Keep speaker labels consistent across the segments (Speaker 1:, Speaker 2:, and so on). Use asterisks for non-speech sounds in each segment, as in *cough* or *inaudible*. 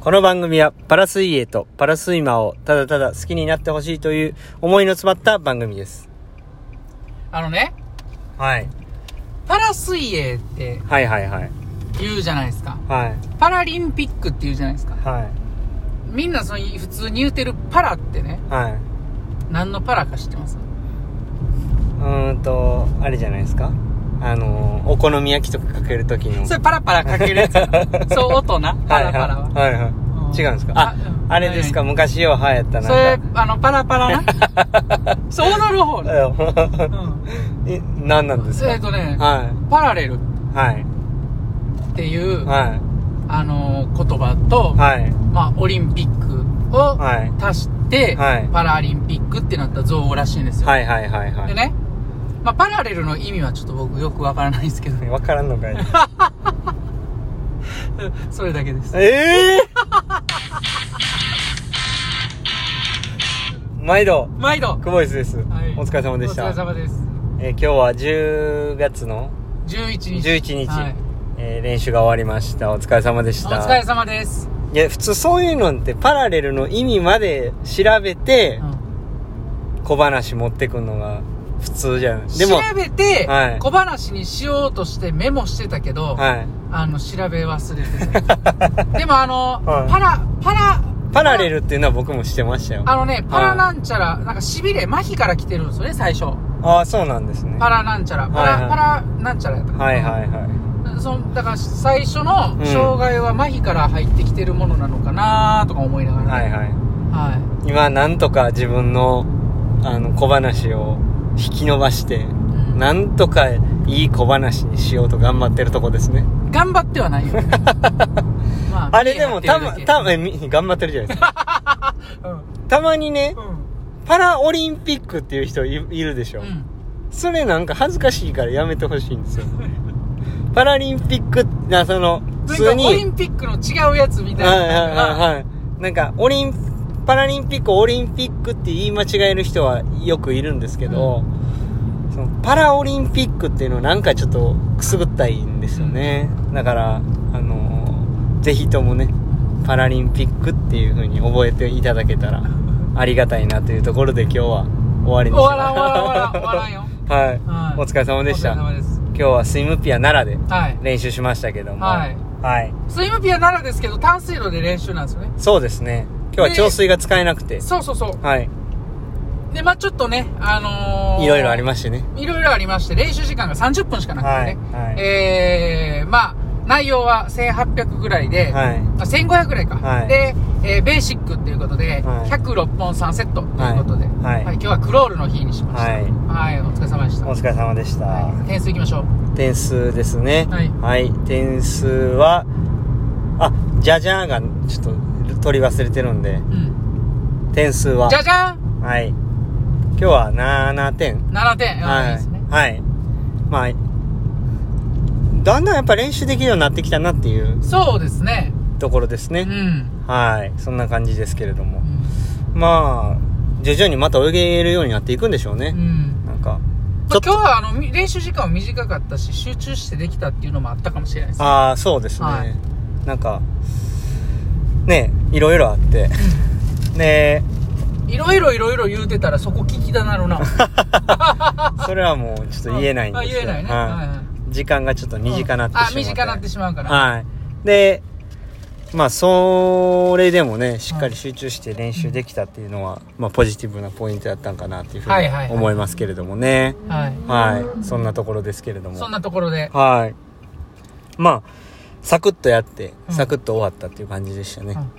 Speaker 1: この番組はパラ水泳とパラスイマーをただただ好きになってほしいという思いの詰まった番組です。
Speaker 2: あのね、
Speaker 1: はい。
Speaker 2: パラ水泳って
Speaker 1: はいはいはい。
Speaker 2: 言うじゃないですか。
Speaker 1: はい。
Speaker 2: パラリンピックって言うじゃないですか。
Speaker 1: は
Speaker 2: みんなその普通に言うてるパラってね、
Speaker 1: い。はい。
Speaker 2: 何のパラか知ってま
Speaker 1: う
Speaker 2: す
Speaker 1: ーんと、あれじゃないですかあの、お好み焼きとかかけるときの。
Speaker 2: それパラパラかけるやつ
Speaker 1: *laughs*
Speaker 2: やなそう、音な。パラパラは。
Speaker 1: はいはいはいはい。
Speaker 2: うん
Speaker 1: 違うんですかあ
Speaker 2: う、ん
Speaker 1: あれですか
Speaker 2: は
Speaker 1: 昔よ、はやったなん
Speaker 2: そ
Speaker 1: か。
Speaker 2: れ、あの、パラパラな。
Speaker 1: *laughs*
Speaker 2: そう、踊る方ね。うん。
Speaker 1: え、何なんですか
Speaker 2: えっとね
Speaker 1: は
Speaker 2: パラレル
Speaker 1: い。はい。
Speaker 2: っていう、
Speaker 1: は
Speaker 2: あの、言葉と
Speaker 1: い。、はい。
Speaker 2: まあ、オリンピックを
Speaker 1: はい。
Speaker 2: 足して、
Speaker 1: はい
Speaker 2: パラリンピックってなった造語らしいんですよ。
Speaker 1: はいはいはいは
Speaker 2: で
Speaker 1: い。
Speaker 2: ね、まあ、パラレルの意味はちょっと僕よくわからないんですけど、
Speaker 1: わからんのかい。
Speaker 2: *laughs* それだけです。
Speaker 1: ええ *laughs* 毎度、
Speaker 2: 毎度、
Speaker 1: 久保井です、
Speaker 2: はい
Speaker 1: お疲れ様でし
Speaker 2: お
Speaker 1: た
Speaker 2: 疲れ。様です。
Speaker 1: えー今日は10月の
Speaker 2: 11日。
Speaker 1: 11日、
Speaker 2: はい
Speaker 1: えー練習が終わりました。お疲れ様でし
Speaker 2: お
Speaker 1: た。
Speaker 2: 疲れ様です。
Speaker 1: いや、普通そういうのってパラレルの意味まで調べて
Speaker 2: う、ん
Speaker 1: 小話持ってくんのが普通じゃない。でも、
Speaker 2: 調べて、
Speaker 1: はい
Speaker 2: 小話にしようとしてメモしてたけど、
Speaker 1: はい。
Speaker 2: あの、調べ忘れ
Speaker 1: *laughs*
Speaker 2: てた。でもあの、
Speaker 1: はい
Speaker 2: パラ、パラ、
Speaker 1: パラレルっていうのは僕もしてましたよ。
Speaker 2: あのね、パラなんちゃら、なんか痺れ、麻痺から来てるんですよね、最初。
Speaker 1: ああ、そうなんですね。
Speaker 2: パラなんちゃら、パラ、
Speaker 1: はいはい
Speaker 2: パラなんちゃらやったかな
Speaker 1: はいはいは
Speaker 2: そのだから最初の
Speaker 1: うん
Speaker 2: 障害は麻痺から入ってきてるものなのかなとか思いながら、
Speaker 1: い。はいはい。
Speaker 2: はい
Speaker 1: 今なんとか自分のあの小話を引き伸ばして、
Speaker 2: ん
Speaker 1: なんとかいい小話にしようと頑張ってるとこですね
Speaker 2: 頑張ってはない
Speaker 1: *laughs*
Speaker 2: よ、ま
Speaker 1: あれでもたまた
Speaker 2: ぶ、
Speaker 1: まえみ *laughs* 頑張ってるじゃない
Speaker 2: *laughs*
Speaker 1: ですか
Speaker 2: うん
Speaker 1: たまにね
Speaker 2: う
Speaker 1: パラオリンピックっていう人いいるでしょ、
Speaker 2: んうん、
Speaker 1: それなんか恥ずかしいからやめてほしいん
Speaker 2: *laughs*
Speaker 1: ですよパラリンピックなその普
Speaker 2: な
Speaker 1: 通
Speaker 2: んかオリ
Speaker 1: に
Speaker 2: ンピックの違うやつみたい
Speaker 1: はい
Speaker 2: な
Speaker 1: はいはいはいなんかオリンパラリンピックをオリンピックって言い間違える人はよくいるんですけど、そのパラオリンピックっていうのはなんかちょっとくすぐったいんですよね、だからあのぜひともねパラリンピックっていう風に覚えていただけたらありがたいなというところで今日は終わり
Speaker 2: 終
Speaker 1: にします
Speaker 2: わらん終わらん終わらん終わらんよ、
Speaker 1: はい、
Speaker 2: はい、
Speaker 1: お疲れ様でした
Speaker 2: お疲れ様です
Speaker 1: 今日はスイムピア奈良で
Speaker 2: はい
Speaker 1: 練習しましたけども
Speaker 2: はい、
Speaker 1: はい
Speaker 2: スイムピアならですけど淡水路で練習なんですよね
Speaker 1: そうですね今日は
Speaker 2: で
Speaker 1: 調水が使えなくて
Speaker 2: そうそうそう
Speaker 1: はい
Speaker 2: でまあちょっとねあのー、
Speaker 1: いろいろありましてね
Speaker 2: いろいろありまして、練習時間が30分しかなくてね。
Speaker 1: はいはい
Speaker 2: えー、まあ、内容は1800ぐらいで、
Speaker 1: はい
Speaker 2: あ1500ぐらいか。
Speaker 1: はい
Speaker 2: で、えーベーシックっていうことで、
Speaker 1: はい
Speaker 2: 106本3セットということで、
Speaker 1: はいはい
Speaker 2: 今日はクロールの日にしました。
Speaker 1: は
Speaker 2: はいい、お疲れ様でした。
Speaker 1: お疲れ様でした、
Speaker 2: はい点数いきましょう。
Speaker 1: 点数ですね
Speaker 2: はい
Speaker 1: 点数はあじゃじゃーがちょっと取り忘れてるんで
Speaker 2: うん。
Speaker 1: 点数は
Speaker 2: じゃじゃん
Speaker 1: はい今日は7点
Speaker 2: !7 点。
Speaker 1: はい
Speaker 2: あいいですね。
Speaker 1: はいまあだんだんやっぱ練習できるようになってきたなっていう
Speaker 2: そうですね。
Speaker 1: ところです
Speaker 2: う
Speaker 1: ね、
Speaker 2: ん。
Speaker 1: はいそんな感じですけれども
Speaker 2: うん
Speaker 1: まあ徐々にまた泳げるようになっていくんでしょうね
Speaker 2: う、ん
Speaker 1: なんか
Speaker 2: まあ、今日はあのみ練習時間は短かったし集中してできたっていうのもあったかもしれないですね
Speaker 1: ああそうですね、
Speaker 2: はい
Speaker 1: なんかねいろいろあってね
Speaker 2: いろいろいろいろ言うてたらそこ聞きだなるな
Speaker 1: それはもうちょっと言えないんですけど
Speaker 2: あ言えないね
Speaker 1: は
Speaker 2: はいはい
Speaker 1: 時間がちょっと短なってしまって、
Speaker 2: あ短なってしまうから、
Speaker 1: はいでまあそれでもねしっかり集中して練習できたっていうのは、まあ、ポジティブなポイントだったんかなっていうふう
Speaker 2: は
Speaker 1: に
Speaker 2: いはいはい
Speaker 1: 思いますけれどもね
Speaker 2: はい
Speaker 1: はい、そんなところですけれども
Speaker 2: そんなところで、
Speaker 1: はいまあサクッとやって
Speaker 2: うん
Speaker 1: サクッと終わったっていう感じでしたね、
Speaker 2: うん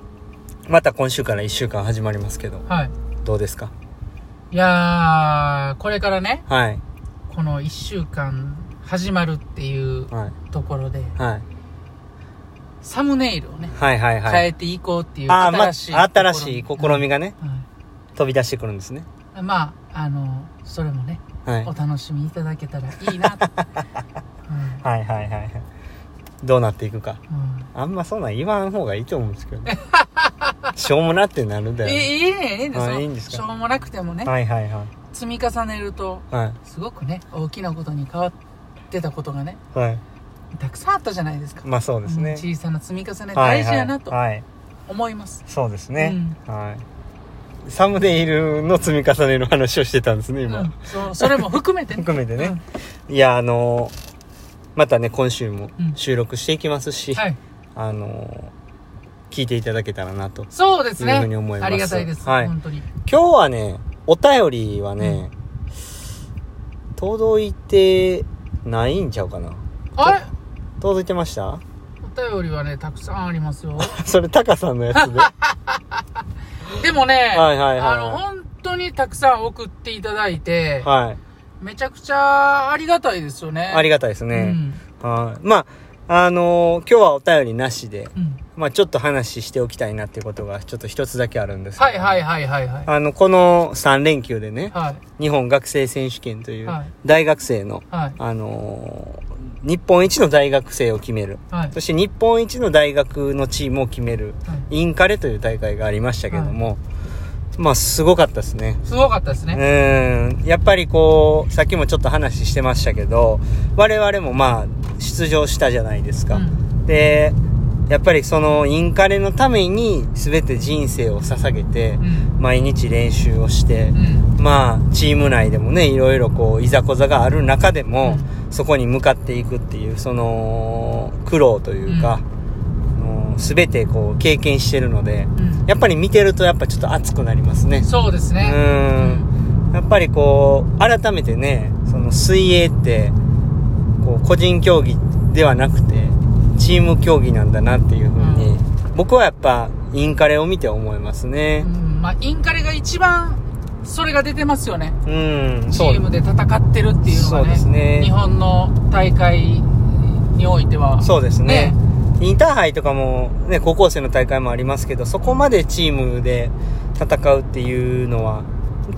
Speaker 1: また今週から1週間始まりますけど
Speaker 2: はい
Speaker 1: どうですか
Speaker 2: いやーこれからね
Speaker 1: はい
Speaker 2: この1週間始まるっていう
Speaker 1: はい
Speaker 2: ところで
Speaker 1: はい
Speaker 2: サムネイルをね
Speaker 1: はいはいはい
Speaker 2: 変えていこうっていう
Speaker 1: ああま
Speaker 2: 新
Speaker 1: あ
Speaker 2: しい、
Speaker 1: 新しい試みがね、
Speaker 2: うん
Speaker 1: 飛び出してくるんですね
Speaker 2: はいまああのそれもね
Speaker 1: はい
Speaker 2: お楽しみいただけたらいい
Speaker 1: *laughs*
Speaker 2: なと、うん
Speaker 1: はいはいはいはいどうなっていくか
Speaker 2: うん
Speaker 1: あんまそんなん言わん方がいいと思うんですけど
Speaker 2: *laughs*
Speaker 1: しょうもなってなるんだよ、
Speaker 2: え
Speaker 1: ね、
Speaker 2: いいねいいね
Speaker 1: あ
Speaker 2: その
Speaker 1: いいんですか
Speaker 2: しょうもなくてもね
Speaker 1: はいはいは
Speaker 2: 積み重ねると
Speaker 1: いはい
Speaker 2: すごくね大きなことに変わってたことがね
Speaker 1: はい
Speaker 2: たくさんあったじゃないですか、
Speaker 1: まあそうですね
Speaker 2: うん小さな積み重ね
Speaker 1: はい
Speaker 2: 大事やなと、
Speaker 1: はい、はい
Speaker 2: 思います
Speaker 1: そうですね、はいサムネイルの積み重ねの話をしてたんですね
Speaker 2: う
Speaker 1: 今、
Speaker 2: ん、そうそれも含めて
Speaker 1: 含めてね、いやあのまたね今週も
Speaker 2: うん
Speaker 1: 収録していきますし、
Speaker 2: うんはい
Speaker 1: あの聞いていただけたらなと
Speaker 2: そうですね
Speaker 1: いうふうに思います
Speaker 2: ありがたいです、
Speaker 1: はい
Speaker 2: 本当に
Speaker 1: 今日はねお便りはね、届いてないんちゃうかな
Speaker 2: あれ
Speaker 1: 届いてました *laughs*
Speaker 2: お便りはねたくさんありますよ
Speaker 1: それタカさんのや
Speaker 2: *laughs*
Speaker 1: つで
Speaker 2: でもね、
Speaker 1: はいはいはいはい
Speaker 2: あの本当にたくさん送っていただいて、
Speaker 1: はい
Speaker 2: めちゃくちゃありがたいですよね
Speaker 1: ありがたいです
Speaker 2: う
Speaker 1: ね、
Speaker 2: ん
Speaker 1: はいまああの今日はお便りなしで、
Speaker 2: うん
Speaker 1: まあ、ちょっと話しておきたいなっていうことがちょっと一つだけあるんですけど
Speaker 2: はいはいはいはいはい
Speaker 1: あのこの3連休でね、
Speaker 2: はい
Speaker 1: 日本学生選手権という
Speaker 2: はい
Speaker 1: 大学生の、
Speaker 2: はい
Speaker 1: あのー日本一の大学生を決める
Speaker 2: はい
Speaker 1: そして日本一の大学のチームを決める
Speaker 2: はい
Speaker 1: インカレという大会がありましたけども、まあすごかったですね
Speaker 2: すごかったですね、
Speaker 1: うんやっぱりこうさっきもちょっと話してましたけど我々もまあ出場したじゃないですか、
Speaker 2: うん
Speaker 1: でやっぱりそのインカレのために全て人生を捧げて
Speaker 2: うん
Speaker 1: 毎日練習をして、
Speaker 2: うん
Speaker 1: まあ、チーム内でもね、いろいろこう、いざこざがある中でも、
Speaker 2: う
Speaker 1: そこに向かっていくっていう、その、苦労というか、すべてこう、経験してるので、
Speaker 2: うん
Speaker 1: やっぱり見てるとやっぱちょっと熱くなりますね。
Speaker 2: そうです
Speaker 1: う
Speaker 2: ね、
Speaker 1: ん。やっぱりこう、改めてね、その水泳って、こう、個人競技ではなくて、チーム競技なんだなっていうふうに、
Speaker 2: う
Speaker 1: 僕はやっぱ、インカレを見て思いますね
Speaker 2: う。んまあ、インカレが一番それが出てますよね
Speaker 1: うん、
Speaker 2: チ
Speaker 1: そう
Speaker 2: ームで戦ってるっていうのが
Speaker 1: そうですね
Speaker 2: ね日本の大会においては
Speaker 1: そうですね
Speaker 2: ね
Speaker 1: インターハイとかも、ね、高校生の大会もありますけどそこまでチームで戦うっていうのは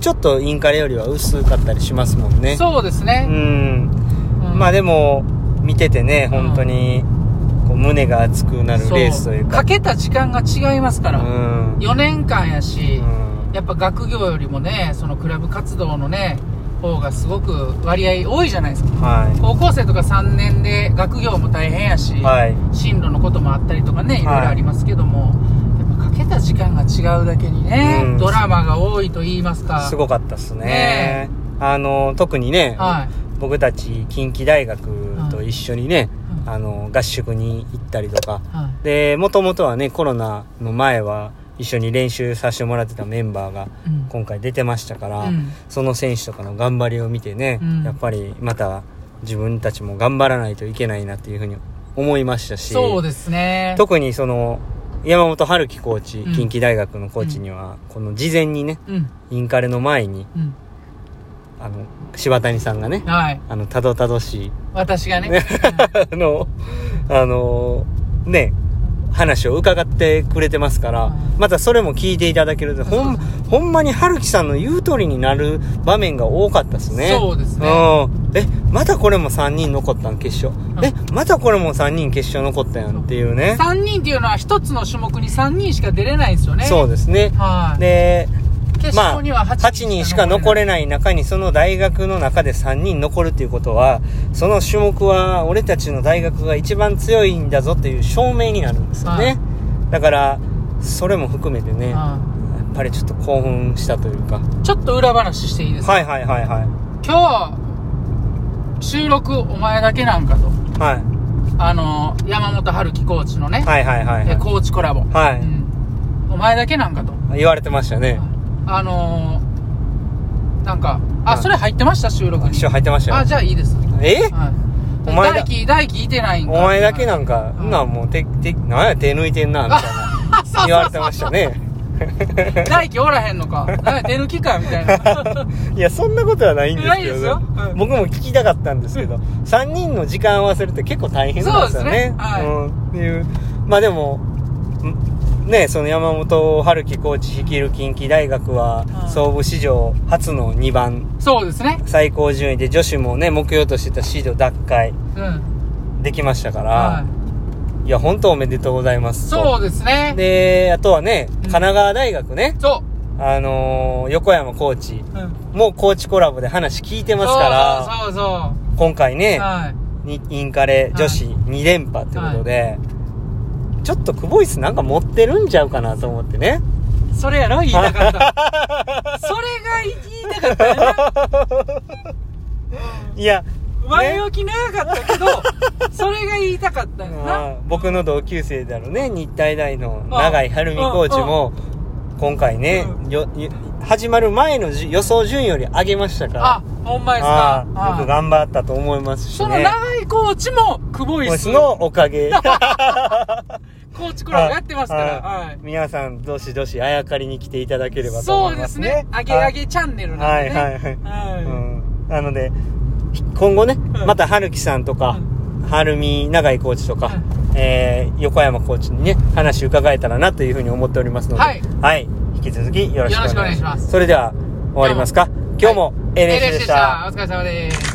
Speaker 1: ちょっとインカレよりは薄かったりしますもんね
Speaker 2: そうです
Speaker 1: う
Speaker 2: ね、
Speaker 1: ん、
Speaker 2: うん
Speaker 1: まあでも見ててね
Speaker 2: うん
Speaker 1: 本当にこう胸が熱くなる
Speaker 2: そう
Speaker 1: レースというか
Speaker 2: かけた時間が違いますか
Speaker 1: う
Speaker 2: ら、
Speaker 1: ん
Speaker 2: 4年間やし
Speaker 1: う、ん
Speaker 2: やっぱ学業よりもねそのクラブ活動のね方がすごく割合多いじゃないですか
Speaker 1: は
Speaker 2: 高校生とか3年で学業も大変やし、
Speaker 1: いはい
Speaker 2: 進路のこともあったりとかねいろいろありますけども、やっぱかけた時間が違うだけにね、
Speaker 1: うん
Speaker 2: ドラマが多いと言いますか
Speaker 1: すごかったっすね
Speaker 2: ね
Speaker 1: あの特にね、
Speaker 2: はい、
Speaker 1: 僕たち近畿大学と一緒にね、
Speaker 2: うん
Speaker 1: あの合宿に行ったりとか
Speaker 2: はい
Speaker 1: で、もともとはね、コロナの前は一緒に練習させてもらってたメンバーが
Speaker 2: うん
Speaker 1: 今回出てましたから、
Speaker 2: うん
Speaker 1: その選手とかの頑張りを見てね、
Speaker 2: うん
Speaker 1: やっぱりまた自分たちも頑張らないといけないなっていうふうに思いましたし、
Speaker 2: そうですね
Speaker 1: 特にその、山本春樹コーチ、
Speaker 2: うん
Speaker 1: 近畿大学のコーチには、この事前にね、
Speaker 2: うん
Speaker 1: インカレの前に、
Speaker 2: うん
Speaker 1: あの、柴谷さんがね、
Speaker 2: はい
Speaker 1: あの、たどたどしい、
Speaker 2: 私がね
Speaker 1: あの、あの、ね、話を伺ってくれてますから、またそれも聞いていただけると、ほん、ほんまに春樹さんの言う通りになる場面が多かったですね。
Speaker 2: そうですね
Speaker 1: うん。え、またこれも3人残ったん決勝。
Speaker 2: うん
Speaker 1: え、またこれも3人決勝残ったやんっていうね。
Speaker 2: 3人っていうのは1つの種目に3人しか出れないんですよね
Speaker 1: そうですね。
Speaker 2: はい
Speaker 1: で、
Speaker 2: 決
Speaker 1: まあ、
Speaker 2: 勝には
Speaker 1: 8人しか残れない中に、その大学の中で3人残るということは、その種目は俺たちの大学が一番強いんだぞっていう証明になるんですよ
Speaker 2: は
Speaker 1: ね
Speaker 2: い。
Speaker 1: だから、それも含めてね、や
Speaker 2: は
Speaker 1: っぱりちょっと興奮したというか。
Speaker 2: いちょっと裏話していいですか、
Speaker 1: はいはいはいはい。
Speaker 2: 今日収録お前だけなんかと
Speaker 1: はい。
Speaker 2: あの山本春樹コーチのね、
Speaker 1: はいはいはい
Speaker 2: え
Speaker 1: は
Speaker 2: コーチコラボ、
Speaker 1: はい
Speaker 2: うんお前だけなんかと
Speaker 1: い。言われてましたね。
Speaker 2: あのーなんかあ、
Speaker 1: はい
Speaker 2: それ入ってました収録に
Speaker 1: 一緒入ってました
Speaker 2: あ
Speaker 1: よ。
Speaker 2: じゃあいいです、はい、
Speaker 1: え *laughs* お前だ
Speaker 2: 大輝大輝いてないんか
Speaker 1: お前だけなんか、
Speaker 2: うん
Speaker 1: なんもう、て、て、なんや手抜いてんな、みたいな。
Speaker 2: あ *laughs* そう
Speaker 1: 言われ
Speaker 2: そ
Speaker 1: てましたね。
Speaker 2: う大輝おらへんのかなんか手抜きかみた
Speaker 1: *laughs*
Speaker 2: いな
Speaker 1: いや、そんなことはないんです
Speaker 2: ない
Speaker 1: け
Speaker 2: です
Speaker 1: ど
Speaker 2: よ
Speaker 1: ね
Speaker 2: う。ん
Speaker 1: 僕も聞きたかったんですけど、3人の時間合わせるって結構大変なんですよ
Speaker 2: そうです
Speaker 1: ね
Speaker 2: ね。はい
Speaker 1: うん。っていう。まあでも、んね、その山本春樹コーチ率いる近畿大学は
Speaker 2: う、ん
Speaker 1: 総武史上初の2番、
Speaker 2: そうですね
Speaker 1: 最高順位で女子もね、目標としてたシード奪回
Speaker 2: うん
Speaker 1: できましたから、
Speaker 2: はい
Speaker 1: いや、本当おめでとうございます。
Speaker 2: そうですね
Speaker 1: で、あとはね、
Speaker 2: ん
Speaker 1: 神奈川大学ね、
Speaker 2: そ
Speaker 1: あのー横山コーチ、
Speaker 2: う、うん、
Speaker 1: もうコーチコラボで話聞いてますから、
Speaker 2: そうそうそう
Speaker 1: 今回
Speaker 2: そう
Speaker 1: ね、
Speaker 2: はい
Speaker 1: にインカレ女子2連覇ということで、ちょっとクボイスなんか持ってるんちゃうかなと思ってね。 *laughs*
Speaker 2: それやろ言いたかったそれが言いたかったよない
Speaker 1: や、
Speaker 2: 前置き長かったけど
Speaker 1: *laughs*
Speaker 2: それが言いたかったよな
Speaker 1: まあ僕の同級生だろうね、日体大の永井晴美コーチも、今回ね、よよ始まる前のじ予想順位より上げましたから
Speaker 2: あ。ほんまです
Speaker 1: あ
Speaker 2: か
Speaker 1: あよく頑張ったと思いますし
Speaker 2: その
Speaker 1: ね。
Speaker 2: 長いコーチも久保
Speaker 1: クボイス
Speaker 2: 石
Speaker 1: のおか *laughs* げ。
Speaker 2: コーチクラブやってますから
Speaker 1: はい
Speaker 2: はい
Speaker 1: 皆さん、どしどしあやかりに来ていただければと
Speaker 2: そ
Speaker 1: 思
Speaker 2: う
Speaker 1: い
Speaker 2: で
Speaker 1: ますす
Speaker 2: ね
Speaker 1: ね。
Speaker 2: あげあげチャンネルなんで
Speaker 1: は
Speaker 2: ね
Speaker 1: いはいはい
Speaker 2: はい
Speaker 1: うんなので、今後ね、
Speaker 2: ん
Speaker 1: また春樹さんとか、春美永井コーチとか、えー横山コーチにね、話伺えたらなというふうに思っておりますので、
Speaker 2: はい
Speaker 1: 引き続きよろしくお願いし
Speaker 2: よろしくお願いし
Speaker 1: ま。
Speaker 2: ますす
Speaker 1: それでは、終わりますか。今日も LH でした。
Speaker 2: お疲れ様です